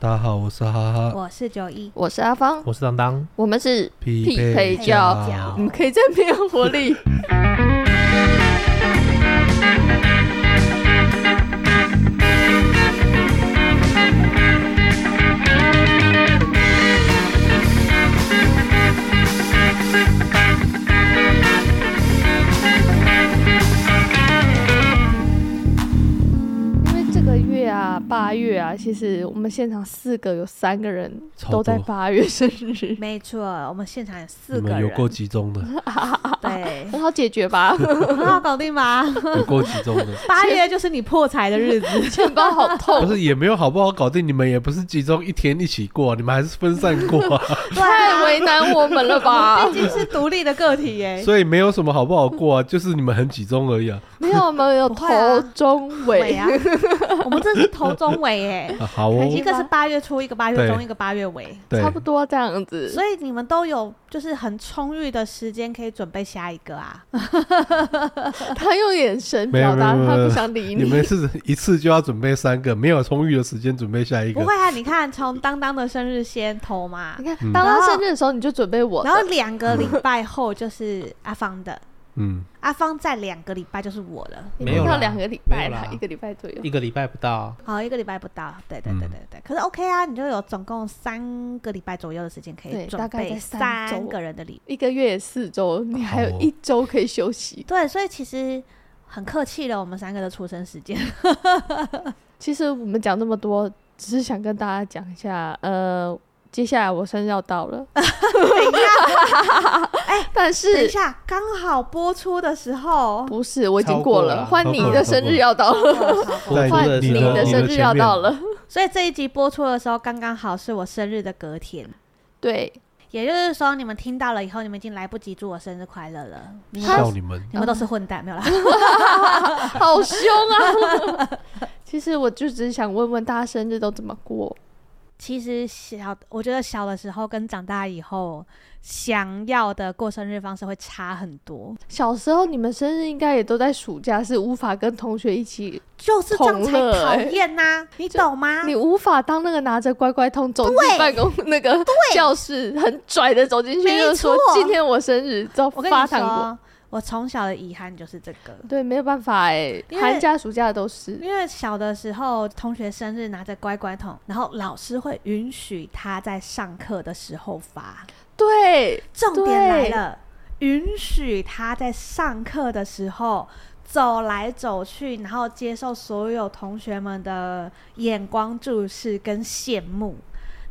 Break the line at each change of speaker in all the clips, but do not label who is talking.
大家好，我是哈哈，
我是九一，
我是阿芳，
我是当当，
我们是
匹配
配
教
角
你们可以再没有活力。因为这个月啊，八月啊，其实我们现场四个有三个人
超
都在
多
八月生日，
没错，我们现场有四
你
个
们有
人，
够集中的，
对，
很好解决吧？
很好搞定吧？
有够集中的，
八月就是你破财的 日子，
钱包好
不
痛，
是也没有好不好搞定，你们也不是集中一天一起过，你们还是分散过、啊，
对
太为难我们了吧
毕？竟是独立的个体耶。
所以没有什么好不好过啊，就是你们很集中而已啊。
没有，我们有
不会啊
头中尾
尾啊， 我们这是头中尾耶，
啊好哦
开，
一
心
个是八月初，一个八月中，
对
一个八月尾，
对
差，不多这样子。
所以你们都有就是很充裕的时间可以准备下一个啊。
他用眼神
没有
表达
没有
他
没有
不想理
你们是一次就要准备三个，没有充裕的时间准备下一
不
个
会，啊，你看从当当的生日先投嘛
你，看，
嗯
当
然
他
后
生日的时候，你就准备我的
然后两个礼拜后就是阿芳的，
嗯，
阿芳在两个礼拜就是我了。
你
没有
到
啦
两个礼拜
没有
啦
啦，
一个礼拜左右
一。个礼拜不到，
好，哦一个礼拜不到，对对对
嗯
对对。可是 OK 啊，你就有总共三个礼拜左右的时间可
对
以准
大概
备
在三周
三个人的礼。
一个月也四周，你还
好
有
哦
一周可以休息。
对，所以其实很客气了，我们三个的出生时 间。
其实我们讲这么多，只是想跟大家讲一下，呃，接下来我生日要到了，但
等一
是
下，刚好播出的时候，哦
不是我已经
超
过
过
了，
了
换你
超过
的
了
生日要到了，
播
在
出
换
的
你
时
你
的
的
你
候，
生日要
前面
到了，
所以这一集播出的时候刚刚好是我生日的隔天。
对，
也就是说，你们听到了以后，你们已经来不及祝我生日快乐了。你们
笑
都
你们，
你们都是混蛋，没有啦。
好凶啊！其实我就只是想问问大家生日都怎么过？
其实小，我觉得小的时候跟长大以后想要的过生日方式会差很多，
小时候你们生日应该也都在暑假，是无法跟同学一起，
就是这样才
同乐
讨
欸
厌呐、你懂吗？
你无法当那个拿着乖乖桶走进办公那个教室，很拽的走进去，
没
就说
错
今天我生日，都
我跟
发
你
糖果。
说，我从小的遗憾就是这个。
对，没有办法哎、
因为
寒假、暑假都是。
因为小的时候，同学生日拿着乖乖桶，然后老师会允许他在上课的时候发。
对，
重点来了，允许他在上课的时候走来走去，然后接受所有同学们的眼光注视跟羡慕，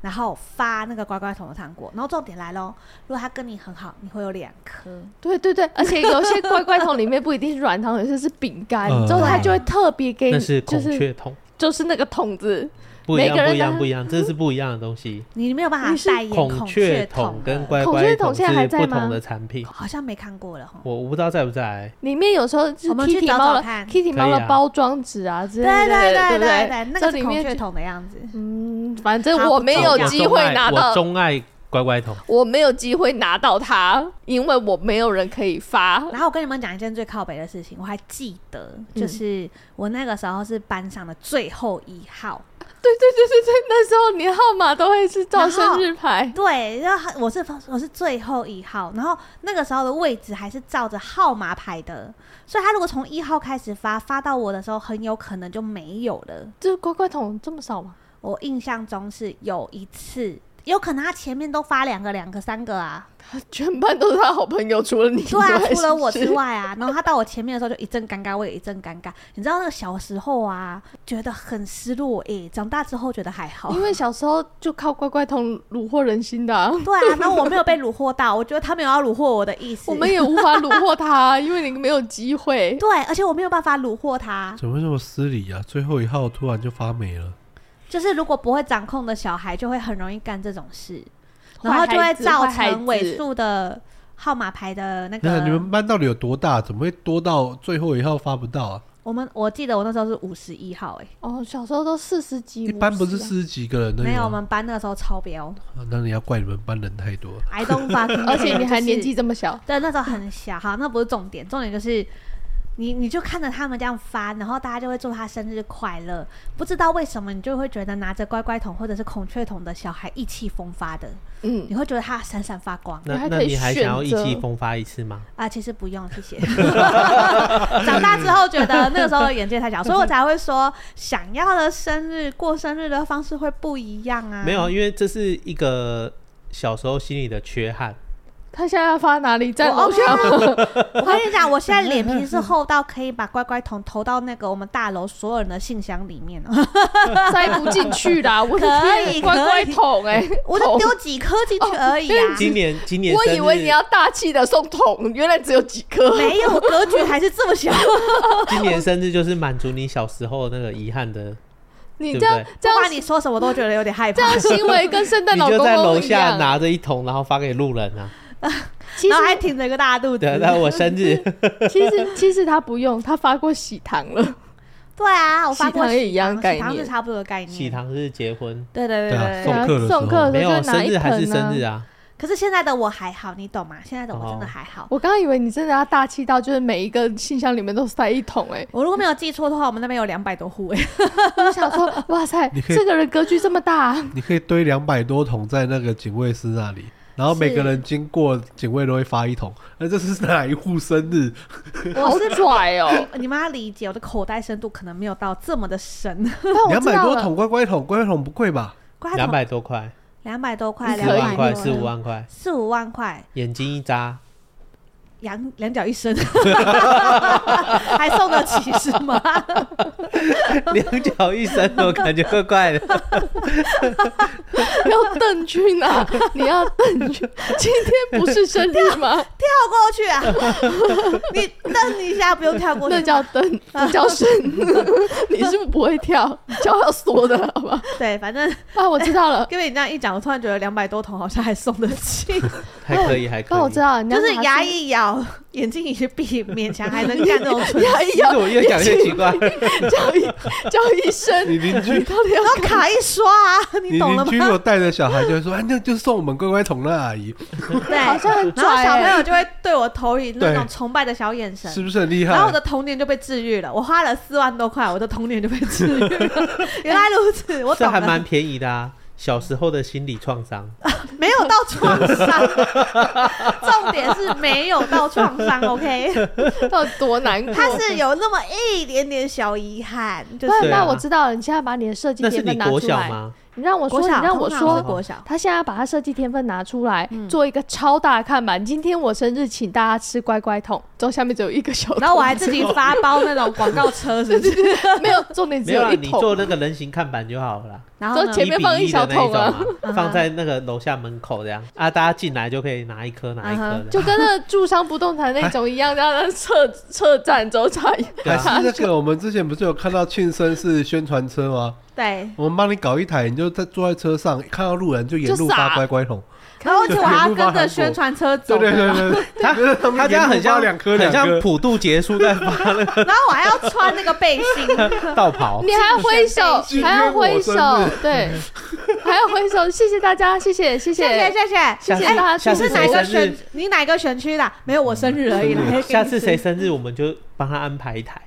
然后发那个乖乖桶的糖果。然后重点来喽，如果他跟你很好，你会有两颗。
对对对，而且有些乖乖桶里面不一定是软糖，有些是饼干，
嗯
之后他就会特别给你，
那是
就
孔
是
雀筒，
就是那个桶子，
不一样，
每个
不一
人嗯
样，
拿
不一样，这是不一样的东西。
你没有办
你
法
是
代言
孔
雀
雀
筒
筒
了
跟乖
孔雀
乖
筒
筒
现在还
是
在
不
吗
同的产品，
好像没看过了哈。
我不知道在不在。
里面有时候是
我们去
Kitty
找
猫
找
的
看
Kitty 猫
可以
的
啊
包装纸啊之类的，
对
对不
对，那个
这
是
里
孔
面
雀
就
筒的样子。
嗯，反正
它
我
不
没
重
有
要
机会拿
我
到，
钟爱乖乖桶，
我没有机会拿到它，因为我没有人可以发。
然后我跟你们讲一件最靠北的事情，我还记得，就是我那个时候是班上的最后一号，
对对对对对，那时候你号码都会是照
然后
生日牌，
对，然后我是我是最后一号，然后那个时候的位置还是照着号码排的，所以他如果从一号开始发，发到我的时候，很有可能就没有了。
就是乖乖桶这么少吗？
我印象中是有一次有可能他前面都发两个、两个、三个啊，
全班都是他好朋友，除了 你之
对啊
外，，
除了我
是
之
不是，
外啊，然后他到我前面的时候就一阵尴尬，我也一阵尴尬。你知道那个小时候啊，觉得很失落诶、长大之后觉得还好
因。为小时候就靠乖乖桶虏获人心的、啊，
对啊，然后我没有被虏获到，我觉得他没有要虏获我的意思。
我们也无法虏获他，因为你没有机会。
对，而且我没有办法虏获他。
怎么会这么失礼啊？最后一号突然就发霉了，
就是如果不会掌控的小孩，就会很容易干这种事，然
坏
后就
孩
会
子
造
坏孩
成尾
子
数的号码牌的那
那
个。
你们班到底有多大？怎么会多到最后一号发不到啊？
我们我记得我那时候是五十一号、欸，
哦，小时候都四十几，
一般不是
50 啊
四十几个人的
没有，我
吗？
们班那个时候超标
啊那你要怪你们班人太多。
，I don't fucking care，
而且你还
就是
年纪这么小，
对，那时候很
嗯
小，好，那不是重点，重点就是你你就看着他们这样发，然后大家就会祝他生日快乐。不知道为什么，你就会觉得拿着乖乖桶或者是孔雀桶的小孩意气风发的，
嗯，
你会觉得他闪闪发光。
你还
那那
可以
你还
选
想要意气
择
风发一次吗？
啊，其实不用， 谢谢。长大之后觉得那个时候的眼界太小，所以我才会说，想要的生日过生日的方式会不一样啊。
没有，，因为这是一个小时候心里的缺憾。
他现在要发哪里？在
我
楼下吗？
我跟你讲，我现在脸皮是厚到可以把乖乖桶投到那个我们大楼所有人的信箱里面哦了，
塞不进去 啦！我的
可
天
以
乖
可
乖
以
桶哎、
我就
桶
丢几颗进
哦
去而已啊。
今年今年
嗯我
生
以为
日
你要大气的送桶，原来只有几颗。
没有，我格局还是这么 小。
今年生日就是满足你小时候那个遗憾 的，
你
对
这
不
样
对？
这
不管
样
你说什么，都觉得有点害
这
怕
样。 行为跟圣诞
你
老公
就在
公
楼
一
下
样。
拿着一桶，然后发给路人啊。
其实
然后还挺着一个大肚子
对，。啊那我生日
其实其实他不用，他发过喜糖了。
对啊，我发
喜
过
糖也一样
喜
概
喜糖是
念
差不多的概念。
喜，糖是结婚，
对对对
对啊
对
送客的
对。
时候
送客的
没
时候
有
就拿
生
一
日还是
盆
生日
啊。
啊？
可是现在的我还好，你懂吗？现在的我真的
哦
还好。
我刚刚以为你真的要大气到，就是每一个信箱里面都塞一桶哎、
我如果没有记错的话，我们那边有两百 多户哎、
我就 想说，哇塞
你，可以
这个人格局这么大，啊
你可以堆两百多桶在那个警卫室那里，然后每个人经过警卫都会发一桶。那这是哪一户生日？
好拽哦、
你们要理解我的口袋深度可能没有到这么的深，
但我
两
知
百
道
多
了
桶乖乖桶，乖乖桶不贵吧？
乖
两百多块，
两百多块，
你
四
两
可以
万
百
块，
多
四五，万块，
四五万块，
眼睛一眨，
两两脚 一伸，还送得起是吗？
两脚一伸，我感觉怪怪的。
要邓军 啊！你要邓军，今天不是生日吗？
跳过去啊！ 你蹬一下，不用跳过去，
那叫邓， 那叫生。 你是不是不会跳？你脚要缩的好吧？
对，反正
啊，我知道了，
因为你这样一讲，我突然觉得两百多桶好像还送得起，
还可以，还可以。
啊哦那我知道了，你要
就是
拿
牙
出
一咬，眼睛一闭，勉强还能干 这种蠢事。
牙一
其
咬
实，我越讲越奇怪。
叫一叫一声，
你 邻居
你到底 要
然后卡一刷啊，
你
你懂了
邻
吗
居？如果带着小孩，就会说：“ 哎，那就送我们乖乖桶那阿姨，
对，
好像很
欸然后
拽
小朋
欸
友就会对我投以那
对
种崇拜的小眼神。
是不是很啊厉害
然后我的童年就被治愈了，我花了四万多块，我的童年就被治愈了。原来如此，我
这
懂
还
了
蛮，便宜的啊，小时候的心理创伤。
没有到创伤， 重点是没有到创伤。OK，
到底多难 过？
它是有那么一点点小遗憾，就是
那
对
那
啊
我知道了，你现在把你的设计
那是
天
你
分拿
国
出
小
来，
吗？
你让我说，
国
你
小，
让我
通常是
说。
国小，
他现在把他设计天分拿出来，
嗯
做一个超大的看板。今天我生日，请大家吃乖乖桶。之后下面只有一个小桶，
然后我还自己发包那种广告车，是不 是？
没有重点，只
没有
有
啦，
一
你
桶。
做那个人形看板就好了啦，
然后
都
呢
前
一
面
比
放一
一
小
的那一
桶
种
啊
啊
嗯，
放在那个楼下门口这样啊，大家进来就可以拿一颗拿一颗
嗯
的。
就跟那个住商不动产那种一样，让他撤撤站之后差一
对
还
啊
是那个我们之前不是有看到庆生是宣传车吗？
对，
我们帮你搞一台，你就在坐在车上，看到路人就沿
就
路
撒
发乖乖 桶。
然后而且我还要
全
跟
部发
着
韩
宣
国
传车走
对
的，
对对对对，
他 他这样很像
两颗，
很
两颗
像普渡结束在发 那
然后我还要穿那个背 心，
个道 袍。
你还要挥手，
今天
还要挥手
我生日，
对，还要挥手，谢谢大家，谢谢
谢
谢
谢
谢。
谢谢。
下次
谢谢大家
下
是
次
哪
谁
个
生
选
日？？
你哪个选区的啊？没有，我生日而已啦。还给你
下次谁
吃？
生日我们就帮他安排一台。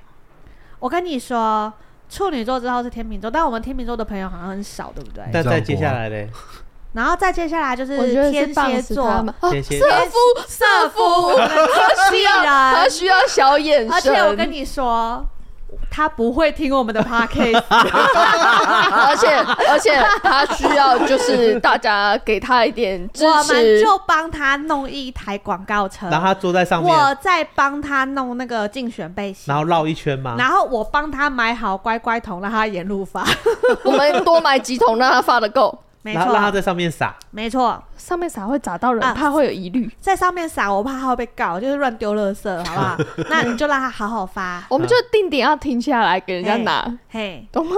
我跟你说，处女座之后是天秤座，但我们天秤座的朋友好像很少，对不
哎
对？
但
啊
再接下来嘞，
然后再接下来就是
我觉得
天
是棒
蝎
死
座
他、们啊！
天蝎
瑟夫，瑟夫，
色夫
需要他
人。
需要小眼神，
而且我跟你说，他不会听我们 的 podcast，
而且而且他需要就是大家给他一点支
我们
持，
就帮他弄一台广告车，
然后他坐在上面，
我再帮他弄那个竞选背心
然，后绕一圈吗？
然后我帮他买好乖乖桶，让他沿路发。
我们多买几桶让他发的够，
没
然后让他
错，
在上面撒，
没错，
上面撒会砸到人，
啊
怕会有疑虑。
在上面撒，我怕他会被告，就是乱丢垃圾，好不好？ 那你就让他好好发，
我们就定点要停下来给人家拿，
嘿。
懂吗？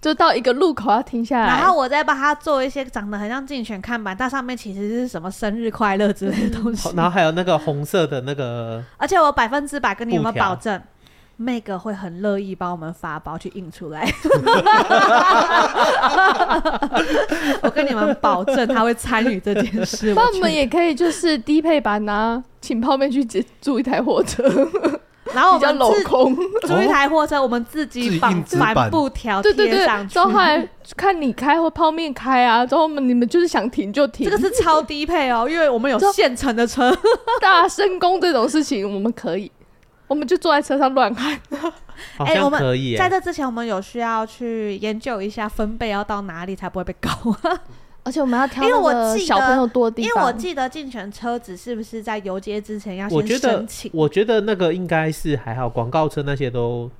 就到一个路口要停下来，
然后我再帮他做一些长得很像竞选看板，但上面其实是什么生日快乐之类的东西
好。然后还有那个红色的那个，
而且我百分之百跟你有没有
布条
保证，Meg 会很乐意帮我们发包去印出来。 我跟你们保证，他会参与这件事。
那
我
我
觉
们
得
也可以就是低配版啊，请泡妹去接租一台货车，
然后我
比较
们
镂
自
空。
租一台货车，我们自
自己
己绑
印纸
绑
板
布条
对对
贴
对，
上去
然。后后来看你开或泡面开啊，然后我们你们就是想停就停。
这个是超低配 哦，因为我们有
这
现成的车，
大声公这种事情，我们可以，我们就坐在车上乱喊。
好
哎我
像
们
可以、
在
哎，
这之前，我们有需要去研究一下分贝要到哪里才不会被告，
而且我们要挑
因为我
那个
记得
小朋友多的地
因
方，
为我记得竞选车子是不是在游街之前要
我
先
觉得
申请？
我觉得那个应该是还好，广告车那些都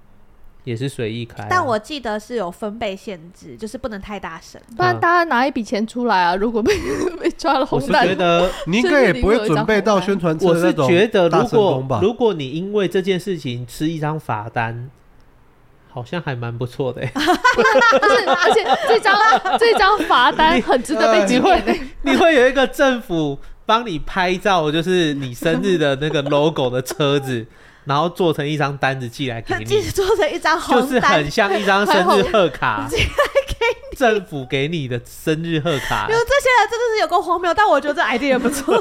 也是随意开啊、
但我记得是有分贝限制，就是不能太大声。
不然大家拿一笔钱出来啊！如果被被抓了
我
红
是
蛋
觉， 得，
你应该也不会准备到宣传车
我
那
是
种
觉得，
大
如
成功
果
吧？
如果你因为这件事情吃一张罚单，好像还蛮不错的、哎
不是，而且这张这张罚单很值得被纪
你
念的、
会 你会有一个政府帮你拍照，就是你生日的那个 logo 的车子， 然后做成一张单子寄来给
记
你
得，做成一张
就
红
是
单，
很像一张生日贺卡，政府给你的生日贺卡
因为，这些人真的是有够荒谬，但我觉得这 idea 不 错。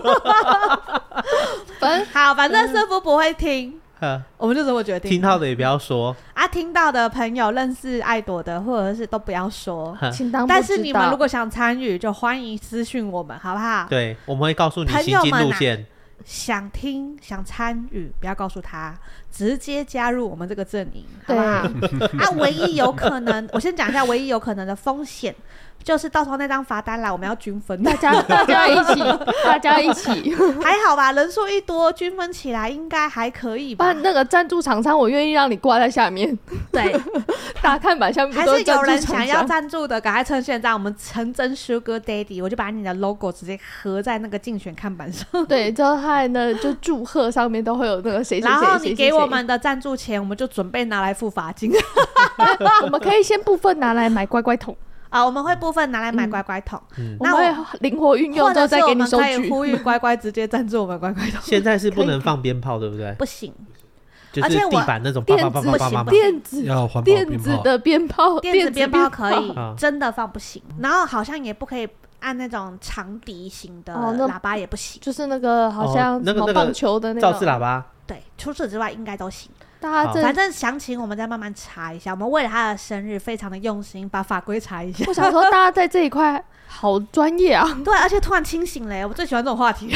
反正
好，反正师傅不会听，
呵
我们就这么决
嗯
定。
听到的也不要说，
啊，听到的朋友认识爱朵的，或者是都不要说。
呵
请当不知道。
但是你们如果想参与，就欢迎私讯我们，好不好？
对，我们会告诉你
朋
行
友
进
们
路
啊
线，
想听、想参与，不要告诉他，直接加入我们这个阵营，好
对
不好？啊，唯一有可能，我先讲一下唯一有可能的风险， 就是到时候那张罚单来，我们要均分。
大家大家一起，大家一起，
还好吧，人数一多，均分起来应该还可以
不
吧
然？那个赞助厂商，我愿意让你挂在下面，
对，
大看板下面不
还
都
是有
赞
人
助厂
想要
商
赞助的，赶快趁现在，我们成真 Sugar Daddy，我就把你的 logo 直接合在那个竞选看板上，
对，之后还呢就祝贺上面都会有那个谁谁谁谁谁谁。
然后你给我们的赞助钱，我们就准备拿来付罚 金
我们可以先部分拿来买乖乖桶，
啊，我们会部分拿来买乖乖桶，
嗯，
我
那
们会灵活运用
或
之
者
后
是
再
我
给你
们
收
可以
据。
呼吁乖乖直接赞助我们乖 乖桶，
现在是不
可以
能放鞭炮，对不对？
不行，
就是
而且我
地板那种叭
电
叭叭
子
叭叭叭叭
电子
要环保
电
鞭
子
炮，
的鞭炮，
电子鞭炮可以
鞭炮
啊，
真的放不行，然后好像也不可以按那种长笛型的
哦那
喇叭也不行，
就是那个好像
哦
什
那个
么
那个
棒球的那
肇事
个，
喇叭，
对，除此之外应该都行。
大家
反
这。
正详情我们再慢慢查一下。我们为了他的生日非常的用心，把法规查一 下。
我想说，大家在这一块好专 业啊！
对，而且突然清醒了耶，我最喜欢这种话题。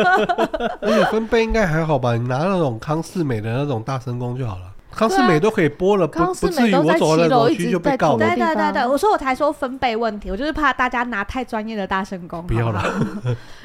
而且哎分贝应该还好吧？你拿那种康世美的那种大声公就好了，康世美都可以播了，不
啊康世
不至
美
于
都
我
在
走
七
来
楼
走
一
去
直
就
在
被告了
投的。
对
地
对对
方
对，我说我才说分贝问题，我就是怕大家拿太专业的大声公。
不要
好好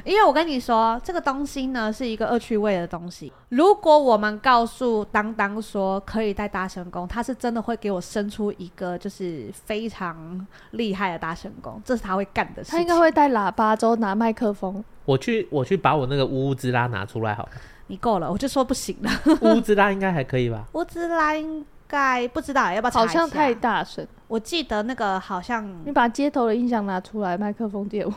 因为我跟你说，这个东西呢是一个恶趣味的东西。如果我们告诉当当说可以带大声公，他是真的会给我生出一个就是非常厉害的大声公，这是他会干的事情。
他应该会带喇叭，之后拿麦克 风。
我去我去把我那个乌乌兹拉拿出来好了，
你够了，我就说不行了。
乌乌兹拉应该还可以吧？
乌兹拉应该不知道，要不要查
好
一下
像太……大声，
我记得那个好像
你把街头的音响拿出来，麦克 风借我。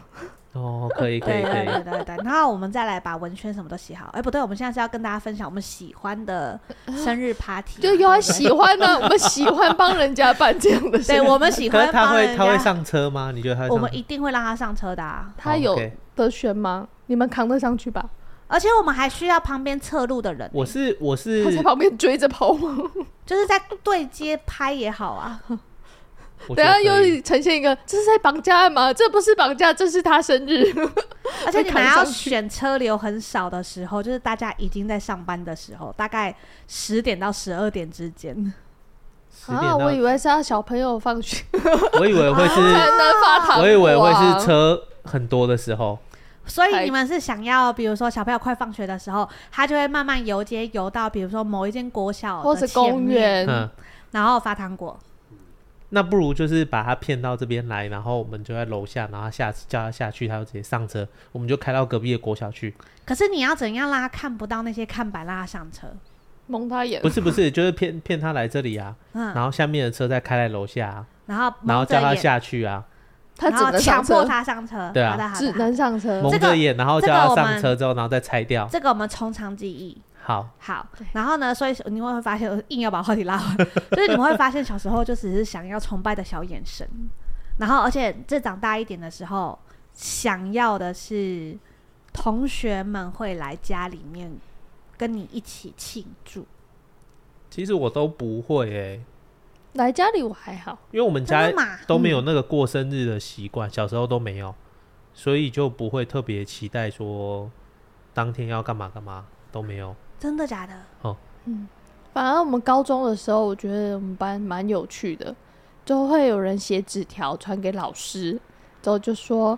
哦，可以可以
对
可
对对
以，
对对。然后我们再来把文宣什么都写好。哎，不对，我们现在是要跟大家分享我们喜欢的生日 party，啊
就有啊人喜欢 呢，我们喜欢帮人家办这样的事。
对我们喜
可
欢
是他
帮
会
人
他会
家，
上车吗？你觉得他会
我
上
们一定会让他上车的啊。
他有
OK
得选吗？你们扛得上去吧？
而且我们还需要旁边侧录的人，
我是我是
他在旁边追着跑吗？
就是在对接拍也好啊。
我觉
等
得
下
可以
又呈现一个，这是在绑架案吗？这不是绑架，这是他生日。
而且你们还
被扛
要
上去
选车流很少的时候， 就是大家已经在上班的时候，大概十点到十二点之间。
十点
啊，
到，
我以为是要小朋友放 学
我以为会是，
才能发糖果啊、
我以为会是
嗯
车很多的时候，
所以
才
你们是想要，比如说小朋友快放学的时候，他就会慢慢游街游到，比如说某一间国小
或
的
是
前
公
面，
园，
嗯，
然后发糖果。
那不如就是把他骗到这边来，然后我们就在楼下，然后他下次叫他下去，他就直接上车，我们就开到隔壁的国小去。
可是你要怎样让他看不到那些看板，让他上车？
蒙他眼
不，是不是，就是骗骗他来这里啊，
嗯，
然后下面的车再开来楼下、啊，
然后
然后
蒙着
叫他
眼，
下去啊，
他
然
只
后
能
强
上
迫
车，
他上车。
对啊
好的好的
只能上车。
蒙着眼，然后
呃这
叫
个
他
我
上
们
车之后，然后再拆掉。
这个我们从长计议。
好，
好
对，
然后呢，所以你们会发现，我 硬要把话题拉回来， 就是你们会发现，小时候就只是想要崇拜的小眼神，然后而且这长大一点的时候，想要的是同学们会来家里面跟你一起庆祝，
其实我都不会诶、
来家里我还好，
因为我们家
真的吗？
都没有那个过生日的习惯，小时候都没有，所以就不会特别期待说当天要干嘛干嘛都没有。
真的假的？
反而我们高中的时候，我觉得我们班蛮有趣的，就会有人写纸条传给老师，之后就说：“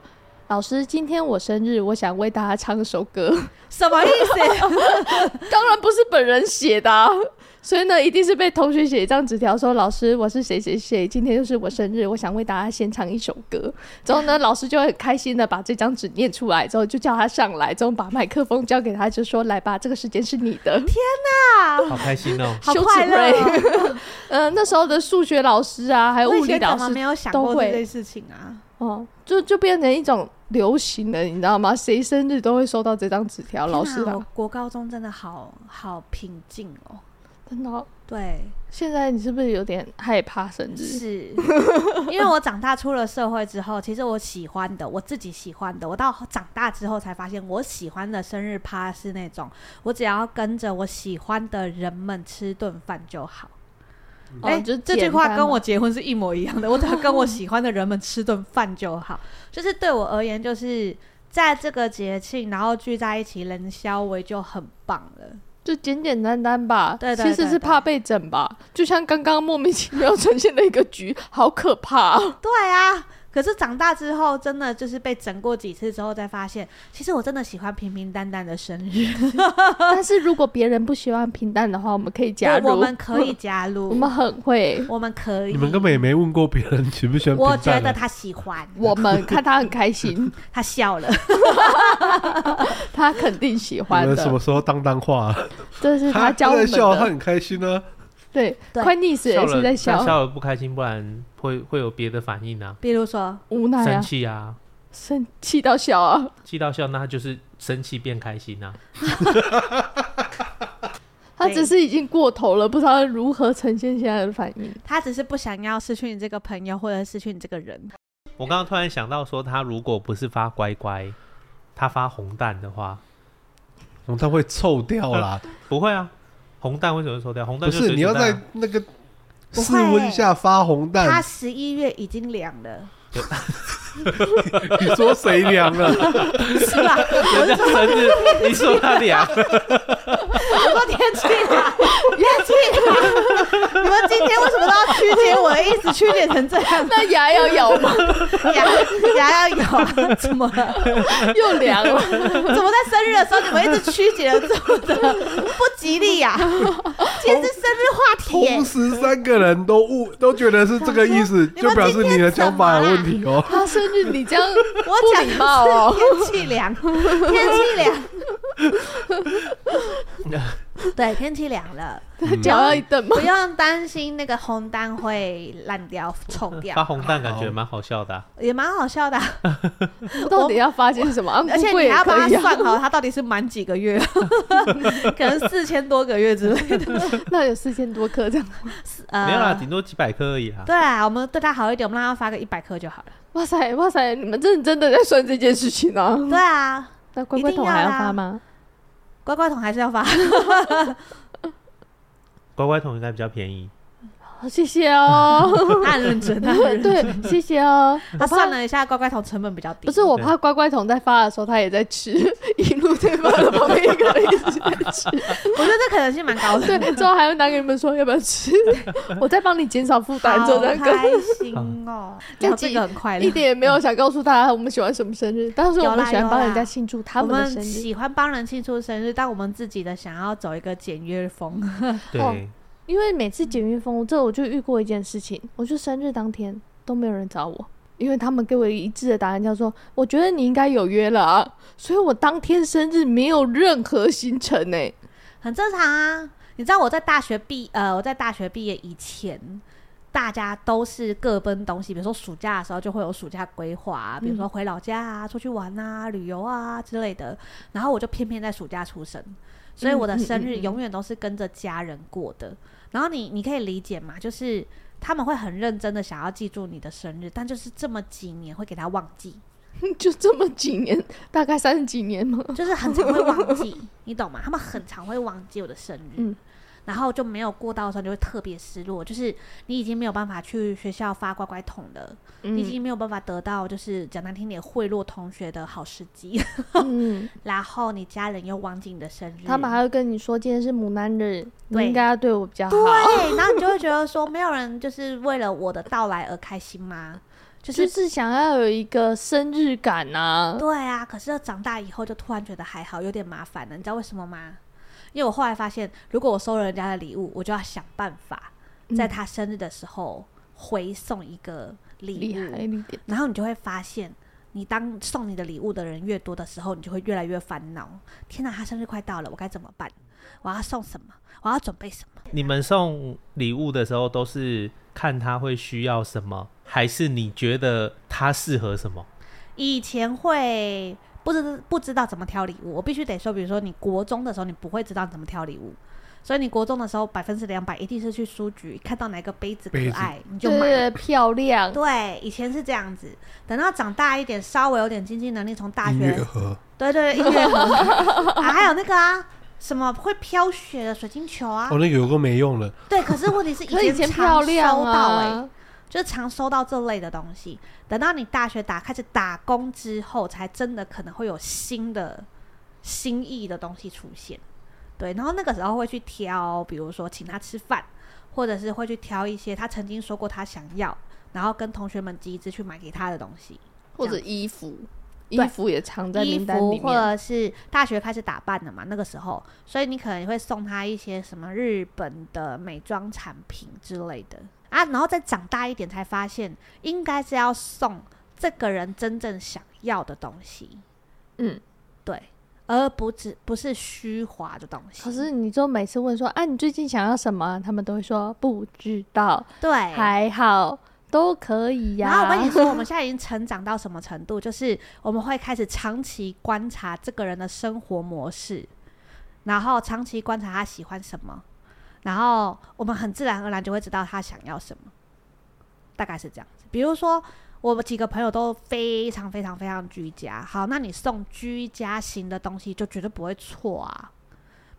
老师，今天我生日，我想为大家唱一首歌。
什么意思？”
当然不是本人写的啊、所以呢，一定是被同学写一张纸条说：“老师，我是谁谁谁，今天就是我生日，我想为大家献唱一首歌。”之后呢，老师就会很开心的把这张纸念出来，之后就叫他上来，之后把麦克风交给他，就说：“来吧，这个时间是你的。”
啊，！
好开心哦
好
羞
快
耻
乐哦、
嗯、那时候的数学老师啊，还有
我以
物理
前
老
怎么
师
没有想
都
过
会
这件事情啊？
哦，就就变成一种流行了，你知道吗？谁生日都会收到这张纸条，老师
天哪我
啊，
国高中真的好好平静哦。
真的哦。
对，
现在你是不是有点害怕生日？
是 因为我长大出了社会之后，其实我喜欢的，我自己喜欢的，我到长大之后才发现，我喜欢的生日趴是那种，我只要跟着我喜欢的人们吃顿饭就好。
哦
哎、
就
这
简
句话
单
跟
嘛
我结婚是一模一样的，我只要跟我喜欢的人们吃顿饭就好。 就是对我而言，就是在这个节庆，然后聚在一起人消微就很棒了。
就简简单单吧。
对对
其实
对
是
对
怕被整吧，就像刚刚莫名其妙呈现的一个局， 好可 怕、啊。
对啊，可是长大之后，真的就是被整过几次之后，才发现，其实我真的喜欢平平淡淡的生日。
但是如果别人不希望平淡的话，我们可以加入，
我们可以，加入，
我们很会，
我们可以。
你们根本也没问过别人喜不喜欢
我
平
觉
淡
得
的。
他喜欢，
我们看他很开心，
他笑了。
他肯定喜
你
欢
们什么
的，
时候当当话了？
这 是他教我
在
们
笑，他
的。
很开心啊。
对，
对
快溺死
笑
也
了
是在
但
笑，
笑了不开心，不然会会有别的反应啊，
比如说，
无奈啊
生，气啊，
生气到笑啊。
气到笑，那他就是生气变开心啊。
他
对
只是已经过头了，不知道如何呈现现在的反应。
他只是不想要失去你这个朋友，或者失去你这个人。
我刚刚突然想到说，他如果不是发乖乖，他发红蛋的话，
红蛋哦会臭掉啦，
不会啊。红蛋为什么抽掉？红蛋
不
就是水
你
煮
要
蛋啊
在那个
不
室
会
温下发红
他
蛋，
十一月已经凉了，
你说谁啊凉了？
是吧？
人家 生日，你说他 俩，
我说天气啦，天气啦！你们今天为什么都要曲解我的意思，曲解成这样？
那牙要咬吗？
牙牙要咬啊，怎么了？
又凉了，
怎么在生日的时候你们一直曲解了这么的不吉利呀、今天是生日话题耶、
同时三个人都误都觉得是这个意思，
想说
就表示你的想法有问题哦。
他生日你这样
我
不
讲
礼貌哦。
的是天气凉，天气凉。对，天气凉了，
嗯
脚要一蹬吗
不？用担心那个红单会烂掉、臭
发
掉，
红蛋感觉蛮好笑的啊、
也蛮好笑的 啊、
到底要发现什么？啊
而且
富贵
你
也
还要帮
可
他
以啊。
算好，他到底是满几个月， 可能四千多个月之类 的。
那有四千多颗这样，啊
呃
没有啦，顶多几百颗而已啦。
对啊，我们对他好一点，我们让他发个一百颗就好了。
哇塞哇塞！你们认真的在算这件事情啊？
对啊，
那乖乖桶还要发吗？
乖乖桶还是要发。
乖乖桶应该比较便宜，
哦谢谢 哦，
他很认真，他 很认真。
对，谢谢哦。
他
我怕
算，了一下，乖乖桶成本比较低。
不是我怕乖乖桶在发的时候，他也在吃，一路在发的旁边一个人一直在 吃。
我觉得这可能性蛮高的。
对，之后还要拿给你们说要不要吃，我再帮你减少负担，就
好
这样跟。
开心哦，聊这个很快乐
嗯一。点也没有想告诉大家我们喜欢什么生日，但是我
有啦
们喜欢
有
帮
啦
人家庆祝他
我
们的
们
生日，
喜欢帮人庆祝生日，但我们自己的想要走一个简约风。哦
对，
因为每次简约风，这我就遇过一件事
嗯
情，我就生日当天都没有人找我。因为他们给我一致的答案，叫做我觉得你应该有约了啊，所以我当天生日没有任何行程欸呢、
很正常啊。你知道我在大学毕呃，我在大学毕业以前，大家都是各奔东西。比如说暑假的时候就会有暑假规划、啊，比如说回老家啊、出去玩啊、旅游啊之类的。然后我就偏偏在暑假出生，所以我的生日永远都是跟着家人过的。然后你你可以理解嘛，就是他们会很认真的想要记住你的生日，但就是这么几年会给他忘记。
就这么几年，大概三十几年嘛。
就是很常会忘记，你懂吗？他们很常会忘记我的生日，
嗯
然后就没有过到的时候就会特别失落，就是你已经没有办法去学校发乖乖桶了，你已
嗯
经没有办法得到就是讲难听点贿赂同学的好时机，
嗯，
然后你家人又忘记你的生日，
他们还会跟你说今天是母难日，你
对
应该要对我比较好。
对，然后你就会觉得说没有人就是为了我的到来而开心吗？就
就是是想要有一个生日感呐、
对啊，可是长大以后就突然觉得还好，有点麻烦了。你知道为什么吗？因为我后来发现，如果我收了人家的礼物，我就要想办法
嗯
在他生日的时候回送一个礼
厉
物，
害一点。
然后你就会发现。你当送你的礼物的人越多的时候，你就会越来越烦恼。天哪，他生日快到了，我该怎么办？我要送什么？我要准备什么？
你们送礼物的时候都是看他会需要什么，还是你觉得他适合什 么？
以前会不知不知道怎么挑礼物，我必须得说，比如说你国中的时候，你不会知道怎么挑礼物，所以你国中的时候百分之两百一定是去书局看到哪个杯子可
杯子
爱你就
就
买。
是漂亮，
对，以前是这样子。等到长大一点，稍微有点经济能力，从大
音乐
学，
盒，
对对对，音 乐盒啊，还有那个啊，什么会飘雪的水晶球啊，
哦，那个有个没用的，
对。可是问题是
可是以前漂亮
常收到哎、
啊，
就是常收到这类的东西。等到你大学打开始打工之后，才真的可能会有新的新意的东西出现。对，然后那个时候会去挑，比如说请他吃饭，或者是会去挑一些他曾经说过他想要，然后跟同学们集资去买给他的东西，
或者衣服，衣
对
服也藏在
衣
名单
服
里
或
面。
者是大学开始打扮了嘛，那个时候，所以你可能会送他一些什么日本的美妆产品之类的啊，然后再长大一点才发现，应该是要送这个人真正想要的东西，
嗯，
对，而不只不是虚华的东西。
可是你就每次问说，啊，你最近想要什么？他们都会说不知道，
对，
还好，都可以呀、
哎然后我跟你说，我们现在已经成长到什么程度？ 就是我们会开始长期观察这个人的生活模式，然后长期观察他喜欢什么，然后我们很自然而然就会知道他想要什么，大概是这样子。比如说，我们几个朋友都非常非常非常居家，好，那你送居家型的东西就绝对不会错啊。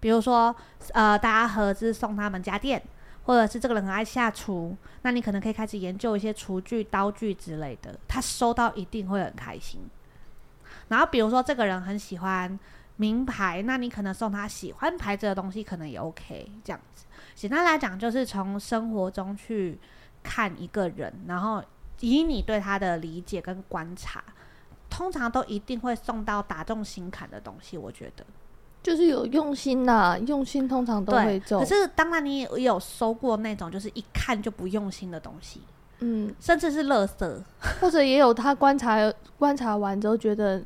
比如说，呃，大家合资送他们家电，或者是这个人很爱下厨，那你可能可以开始研究一些厨具、刀具之类的，他收到一定会很开心。然后比如说这个人很喜欢名牌，那你可能送他喜欢牌子的东西，可能也 OK。这样子，简单来讲就是从生活中去看一个人，然后以你对他的理解跟观察，通常都一定会送到打中心坎的东西。我觉得。
就是有用心呐、用心通常都
对，
会中。
可是当然你也有收过那种就是一看就不用心的东西，
嗯，
甚至是垃圾。
或者也有他观察观察完之后觉得。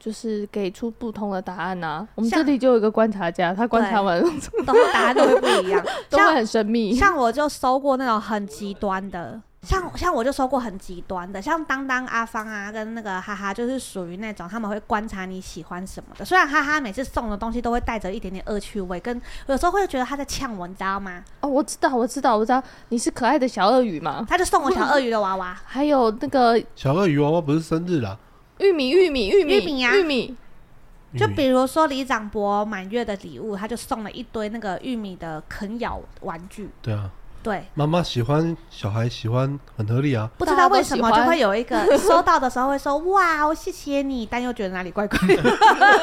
就是给出不同的答案呐、我们
像
这里就有一个观察家，他观察
对
完
都会答案都会不一样。
都会
像
很神秘。
像我就收过那种很极端的，像像我就收过很极端的，像当当、阿芳啊，跟那个哈哈，就是属于那种他们会观察你喜欢什么的。虽然哈哈每次送的东西都会带着一点点恶趣味，跟有时候会觉得他在呛我，你知道吗？
哦，我知道，我知道，我知道，你是可爱的小鳄鱼嘛？
他就送我小鳄鱼的娃娃，
还有那个
小鳄鱼娃娃不是生日啦，
玉米，玉米，玉米，
玉米啊
玉米，
玉
就
米
比如说李长博满月的礼物，他就送了一堆那个玉米的啃咬玩具。
对啊，
对，
妈妈喜欢小孩喜欢很合理啊，
不知道为什么就会有一个收到的时候会 说哇，我谢谢你，但又觉得哪里怪怪的，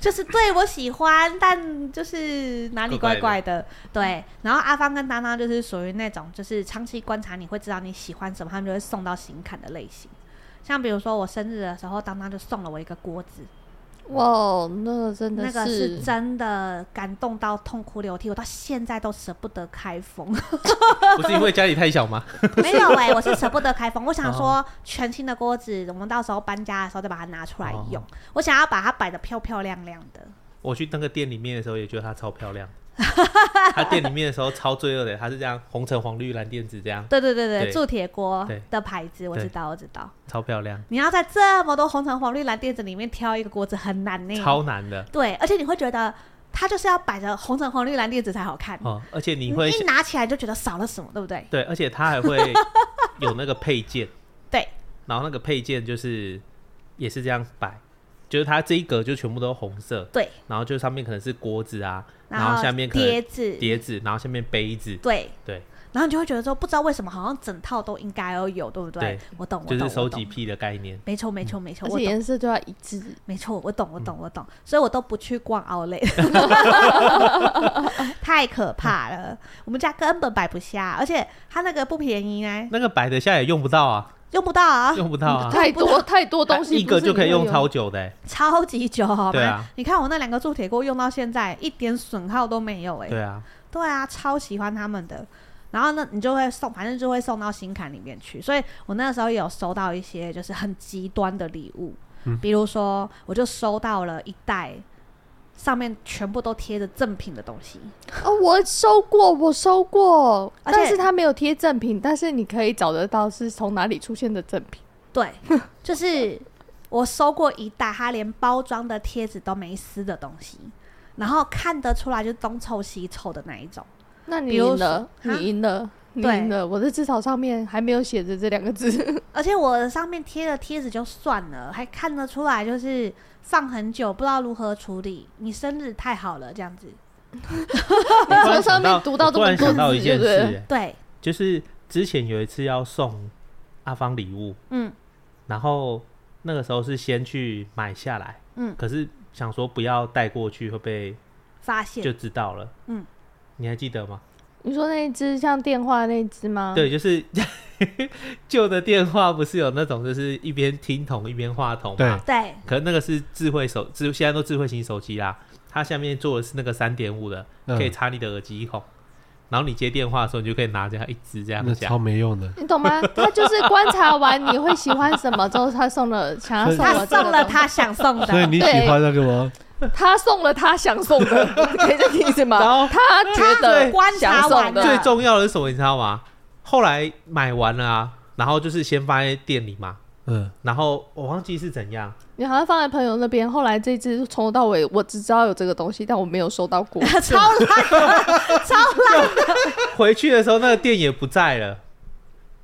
就是对我喜欢，但就是哪里怪怪的。对，然后阿芳跟当当就是属于那种就是长期观察你会知道你喜欢什么，他们就会送到心坎的类型。像比如说我生日的时候，当当就送了我一个锅子，
哇，那真的
那个
是
是真的感动到痛哭流涕，我到现在都舍不得开封。
不是因为家里太小吗？
没有哎、我是舍不得开封。我想
哦
说，全新的锅子，我们到时候搬家的时候再把它拿出来
哦
用。我想要把它摆的漂漂亮亮的。
我去那个店里面的时候，也觉得她超漂 亮。她店里面的时候超罪恶的，她是这样红橙黄绿蓝靛紫这样，
对对对对，
对
铸铁锅
对
的牌子我知
对
道，我知道。
超漂亮，
你要在这么多红橙黄绿蓝靛紫里面挑一个锅子很难呢、
超难的
对，而且你会觉得它就是要摆着红橙黄绿蓝靛紫才好看。
哦。而且你
你
会
一拿起来就觉得少了什么，对不对？
对，而且它还会 有那个配件，
对，
然后那个配件就是也是这样摆，就是它这一格就全部都红色，
对，
然后就上面可能是锅子啊，
然
后下面可
碟
能
子，
碟子，然后下面杯子，
对，
对，
然后你就会觉得说，不知道为什么好像整套都应该要有，对不
对
我懂，我
就
懂，
是
我
收
懂
集癖的概念。
没错，没
嗯
错，没错，
而
我
且
懂。
颜色就要一致，
没错，我懂，我懂，我懂，所以我都不去 逛 Outlet，太可怕了，我们家根本摆不下，而且它那个不便宜呢，
那个摆得下也用不到啊，
用不到啊，
用不到啊，
太多太多东西，
一个就可以用
超。
超久的欸、
超级久，好
对
吗？
啊
你看我那两个铸铁锅用到现在，一点损耗都没有、哎，
对啊，
对啊，超喜欢他们的。然后呢，你就会送，反正就会送到心坎里面去。所以我那时候有收到一些就是很极端的礼物，比如说我就收到了一袋，上面全部都贴着赠品的东西，
哦，我收过，我收过，
而
但
且
是它没有贴赠品，但是你可以找得到是从哪里出现的赠品。
对，就是我收过一袋，它连包装的贴纸都没撕的东西，然后看得出来就东凑西凑的那一种。
那你
比如
赢了，
说
你
哈
赢了，你
对
赢了。我的字条上面还没有写着这两 个字，
而且我的上面贴的贴纸就算了，还看得出来就是放很久，不知道如何处理。你生日太好了，这样子。
我突然
从上
想到
面读到
我
这
突
么
然
多
想到
字，
一件
对不
事、
对？
欸，
对，
就是之前有一次要送阿芳礼物，
嗯，
然后那个时候是先去买下来，
嗯
可是想说不要带过去会被
发现
就知道了，
嗯，
你还记得吗？
你说那一只像电话那一只
嗯
吗？，
对，就是 旧的电话不是有那种就是一边听筒一边话筒
对
嘛，
对，
可能那个是智慧手智，现在都智慧型手机啦，它下面做的是那个三点五的，
嗯
可以插你的耳机孔。然后你接电话的时候，你就可以拿着它一直这样
那
讲
超。没用的。
你懂吗？他就是观察完你会喜欢什么之后，他送了，想要
所以
送我
他
这个
送了
东
他想 送
所以
的，
你喜欢那个吗？
西，他送了他想送 的，可以再听一次
然
吗？
后
他觉得
对啊观察
想送
完了
最
的，
重要的是什么，你知道吗？后来买完了啊，然后就是先放在店里嘛，
嗯，
然后我忘记是怎 样，
你好像放在朋友那边。后来这只从头到尾，我只知道有这个东西，但我没有收到过。
超烂的，超烂的。
回去的时候那个店也不在了，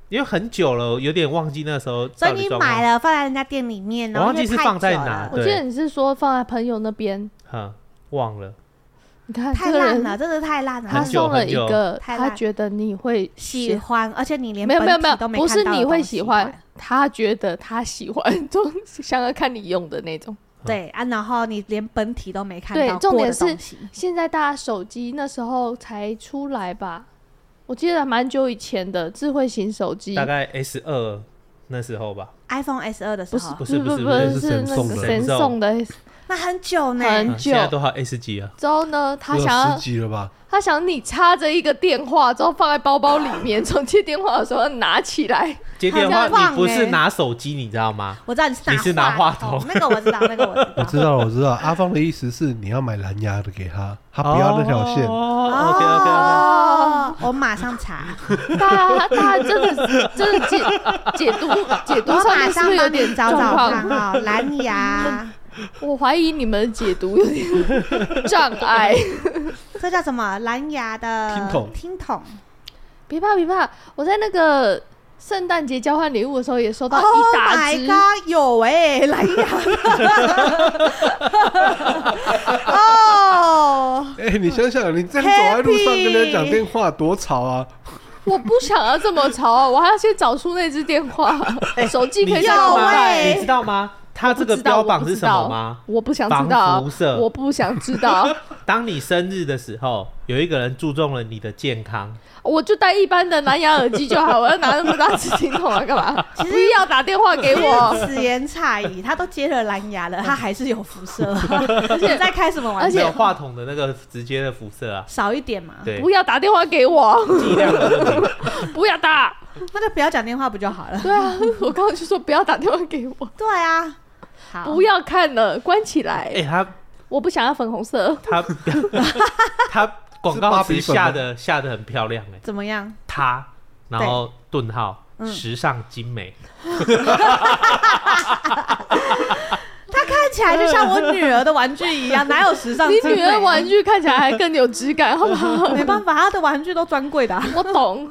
因为很久了，有点忘记那时候
所
到
以
底
你
状
买
况。
了放在人家店里面，然
我
后
忘记
因为
是
太
放在
久
哪
了
我记得你是说放在朋友那边，
哼，忘了，
你看
太
这个
烂
人，
了，真的太烂
很
他
了。
久
送了
很
一
久
个
太
他
烂
觉得你会
喜
喜，
欢，而且你连
没有没有
本
没
体
有
都，没
不是
看到的
你会
东
喜
西
欢，
嗯
他觉得他喜欢，就想要看你用的那种。
对啊，然后你连本体都没看
对
到
重
过
点
的
是
东西，
现在大家手机那时候才出来吧，我记得蛮久以前的智慧型手机，
大概 S 二那时候吧，
iPhone S 二的时
不是
候，
不
不
是不
不
是不
是
是
是
是那
神送
个
的
神
神
送的。
那很久呢，
很
啊现在都好 S 级了，
之后呢，他
有
想要
十集了吧？
他想你插着一个电话，之后放在包包里 面，从接电话的时候拿起来。
接电
好
话
像忘
你不是
欸
拿手机，你知道吗？
我知道你是
你是拿
话
话筒
哦那个我知道，那个我
我知
知道。
道了，我知道。阿芳的意思是你要买蓝牙的给他，他不要那条线。
哦
哦
，OK OK OK。
我马上查，
大家大家真的是真的解 解读解
我
读上
马
面是不
上
是有
帮你
点
找
状
找
况？
看啊，蓝牙，
我怀疑你们的解读有点障碍。
这叫什么？蓝牙的
听筒
听筒。
别怕别怕，我在那个圣诞节交换礼物的时候也收到
Oh
哦一大
my
只。
god，有哎，蓝牙。哦， 哦
哎、你想想，你这样走在路上跟人家讲电话多吵啊！
我不想要这么吵啊！我还要先找出那只电 话，手机可以
你知
在
道
我
有
吗？
欸
你知道吗？它这个标榜是什么吗？
我不想知道啊
防辐射，
我不想知道，
当你生日的时候，有一个人注重了你的健康，
我就戴一般的蓝牙耳机就好，我要拿那么大只听筒来干嘛？不要打电话给我，
此言差矣，他都接了蓝牙了，他还是有辐射，而且在开什么玩
嗯 而且
没
笑
有？话筒的那个直接的辐射啊，
少一点嘛，
对，
不要打电话给我，
剂量的问题。
不要打。
那就不要讲电话不就好了？
对啊，我刚刚就说不要打电话给我，
对啊，好，
不要看了，关起
哎，
来。
它
我不想要粉红色，
它它广
是
告
芭
词
比粉吗
下的下的很漂亮哎，
怎么样？
它然
对
后顿号
嗯
时尚精美，
他看起来就像我女儿的玩具一样，哪有时尚？啊
你女儿玩。具看起来还更有质感，好不好？
没办法，她的玩具都专柜的啊、
我懂，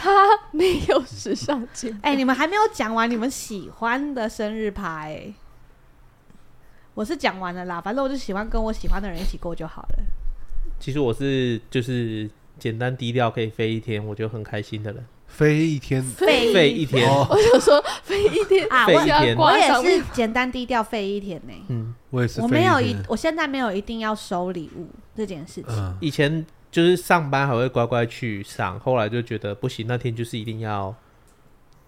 他没有时尚精
哎、你们还没有讲完你们喜欢的生日趴、哎，我是讲完了啦，反正我就喜欢跟我喜欢的人一起过就好了。
其实我是就是简单低调可以飞一天，我就很开心的人。
飞一天
废
飞一天，
哦，
我就说飞一天
啊
废
我
一
想
天
要
我
挂
也
上面
是简单低调废一天呢、
嗯，
我也是
我
飞
没有
一
一
天，，
我现在没有一定要收礼物这件事情。
嗯，
以前就是上班还会乖乖去上，后来就觉得不行，那天就是一定要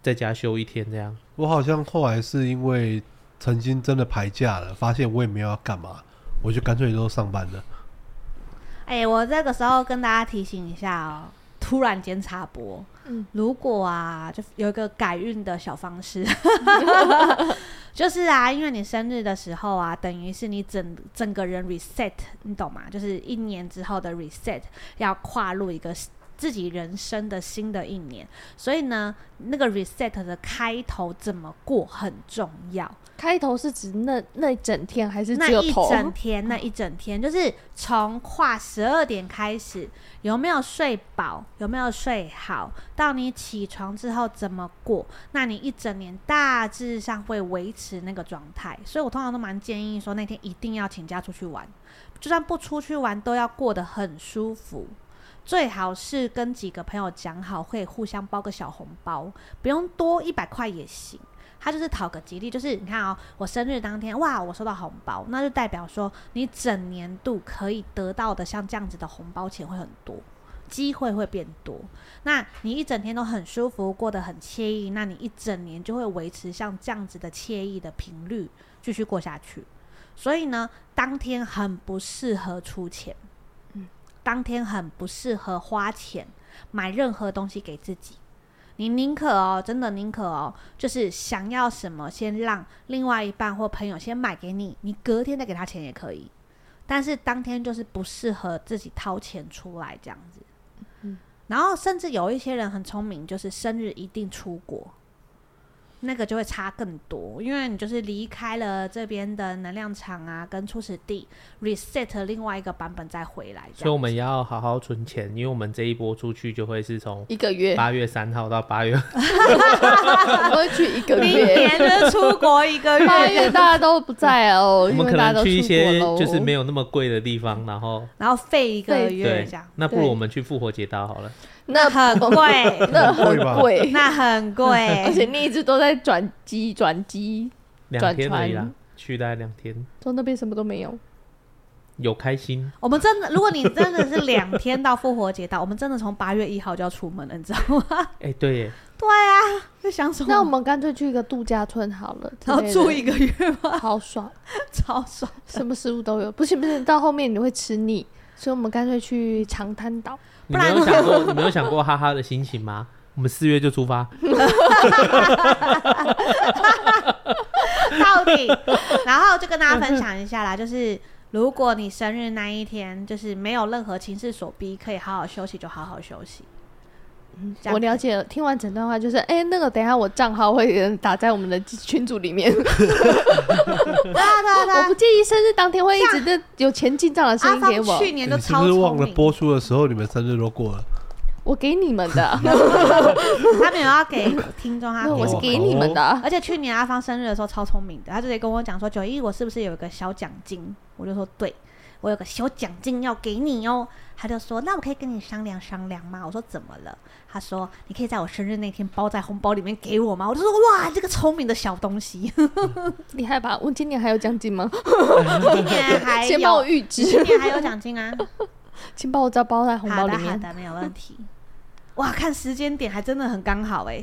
在家休一天这样。
我好像后来是因为曾经真的排假了，发现我也没有要干嘛，我就干脆都上班了。
哎、我这个时候跟大家提醒一下哦，突然间插播，
嗯
如果啊，就有一个改运的小方式，就是啊，因为你生日的时候啊，等于是你整整个人 reset，你懂吗？就是一年之后的 reset，要跨入一个。自己人生的新的一年，所以呢，那个 reset 的开头怎么过很重要。
开头是指那那一整天还是
那
只有
一
头？
整天，那一整天就是从跨十二点开始，有没有睡饱，有没有睡好，到你起床之后怎么过，那你一整年大致上会维持那个状态。所以我通常都蛮建议说，那天一定要请假出去玩，就算不出去玩，都要过得很舒服。最好是跟几个朋友讲好，会互相包个小红包，不用多一百块也行。他就是讨个吉利，就是你看哦，我生日当天，哇，我收到红包，那就代表说你整年度可以得到的像这样子的红包钱会很多，机会会变多。那你一整天都很舒服，过得很惬意，那你一整年就会维持像这样子的惬意的频率继续过下去。所以呢，当天很不适合出钱，当天很不适合花钱买任何东西给自己。你宁可哦，真的宁可哦，就是想要什么，先让另外一半或朋友先买给你，你隔天再给他钱也可以。但是当天就是不适合自己掏钱出来这样子。然后甚至有一些人很聪明，就是生日一定出国，那个就会差更多，因为你就是离开了这边的能量场啊，跟初始地 reset 另外一个版本再回来这样子。
所以我们要好好存钱，因为我们这一波出去就会是从
一个月，
八月三号到 八月，
我会去一个
明
月。
年就是出国一个
八
月，
月大家都不在哦，
我
因
们
为
可
大家
能
都
去一
出
些
国喽。
就是没有那么贵的地方，然后
然后费一个
费
月
对
这样，，
那不如
对
我们去复活节岛好了。
那
很贵。
那很
贵吧
贵，
那很贵，
而且你一直都在转机转机，
两
转
天而已啦
船，
去大概两天，
说那边什么都没有。
有开心，
我们真的，如果你真的是两天到复活节到，我们真的从八月一号就要出门了，你知道吗？
哎、对耶，
对啊，在想什么？
那我们干脆去一个度假村好了，
然后住一
个
个月吗？
好爽，
超 爽！
什么食物都有。不行不行，到后面你会吃腻，所以我们干脆去长滩岛。
你
不
没
然
有想过，你没有想过哈哈的心情吗？我们四月就出 发，
到底，然后就跟大家分享一下啦，就是如果你生日那一天就是没有任何情势所逼，可以好好休息就好好休息。这样
我了解了，听完整段话就是，哎、那个等一下我账号会打在我们的群组里面，
对啊对啊对
我
啊
不，介意生日当天会一直的有钱进账的声
阿
音给
芳
我，
去年就
哎你是
超
不是忘
聪
了
明，
播出的时候你们生日都过了？
我给你们的，
他没有要给听众，他
没有
给
我是
们
给你们的，
而且去年阿芳生日的时候超聪明的，他直接跟我讲说：“九一，我是不是有一个小奖金？”我就说：“对。”我有个小奖金要给你哦。”他就说：“那我可以跟你商量商量吗？”我说：“怎么了？”他说：“你可以在我生日那天包在红包里面给我吗？”我就说：“哇，这个聪明的小东 西，
厉害吧？我今年还有奖金吗？
今年还
先帮我
有，
预
今
支，
年还有奖金啊！
请帮我再包在红
好
包
的，
里
好
面。
的，没有问 题。哇，看时间点还真的很刚好哎、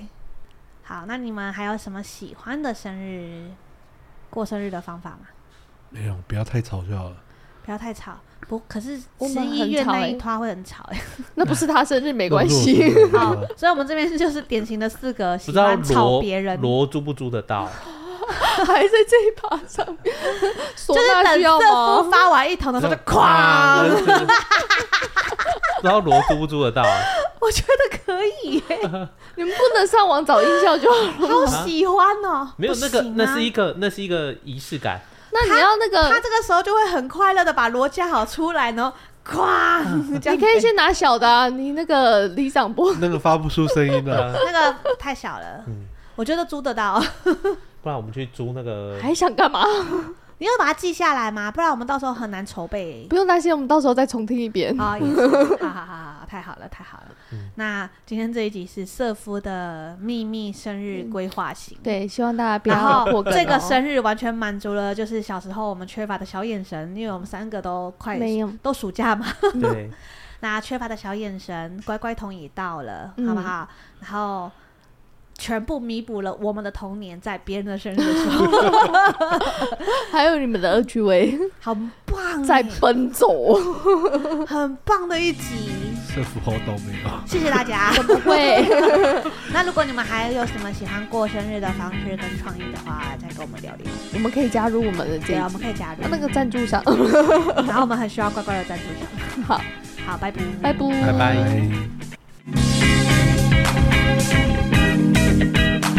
好，那你们还有什么喜欢的生日过生日的方法吗？
没有，不要太吵就好了。
不要太吵。不，可是
我
十
们
一
很
月
吵
那
欸
一趴会很吵哎、
那不是他生日，没关
那
系。
如果是我
好
的话，
所以我们这边就是典型的四个
不
喜
知道
欢吵
罗
别人，就
罗租不租得 到？
还在这一趴上面，唢
是
呐
等
需要
这夫
吗？
发完一桶 的时候就
哇
哐，
真是不知道罗租不租得到？
我觉得可以、 欸，
你们不能上网找音效就好了。
好喜欢哦、
啊没有
不
那个
行，
那
啊
是一个，那是一个仪式感。
那你要那
他
个，
这个时候就会很快乐的把罗家豪出来，然后
啊
哐，这样
你可以
子
先拿小的啊，你那个李长波
那个发不出声音啊的、
呃，
那个太小了，我觉得租得到。
不然我们去租那个
还想干嘛？
你要把它记下来吗？不然我们到时候很难筹备
不。用担心，我们到时候再重听一遍。
啊、也是，好好好好，太好了，太好了。那今天这一集是瑟夫的秘密生日规划型。
嗯对，希望大家不
然后
要破梗哦
这个生日完全满足了，就是小时候我们缺乏的小眼神，因为我们三个都快
没有
都暑假嘛，
对，
那缺乏的小眼神，乖乖桶也到了，
嗯
好不好？然后全部弥补了我们的童年在别人的生日的时候，
还有你们的二趣味
好棒、欸，
在奔走，
很棒的一集，
是符合都没有。
谢谢大 家。
会
那如果你们还有什么喜欢过生日的方式跟创意的话，再跟我们聊聊。
我们可以加入我们的这
对
一
啊，我
集
们可以加入
那，个赞助商，
然后我们很需要乖乖的赞助商。
好，
好，拜拜，
拜拜。
拜拜。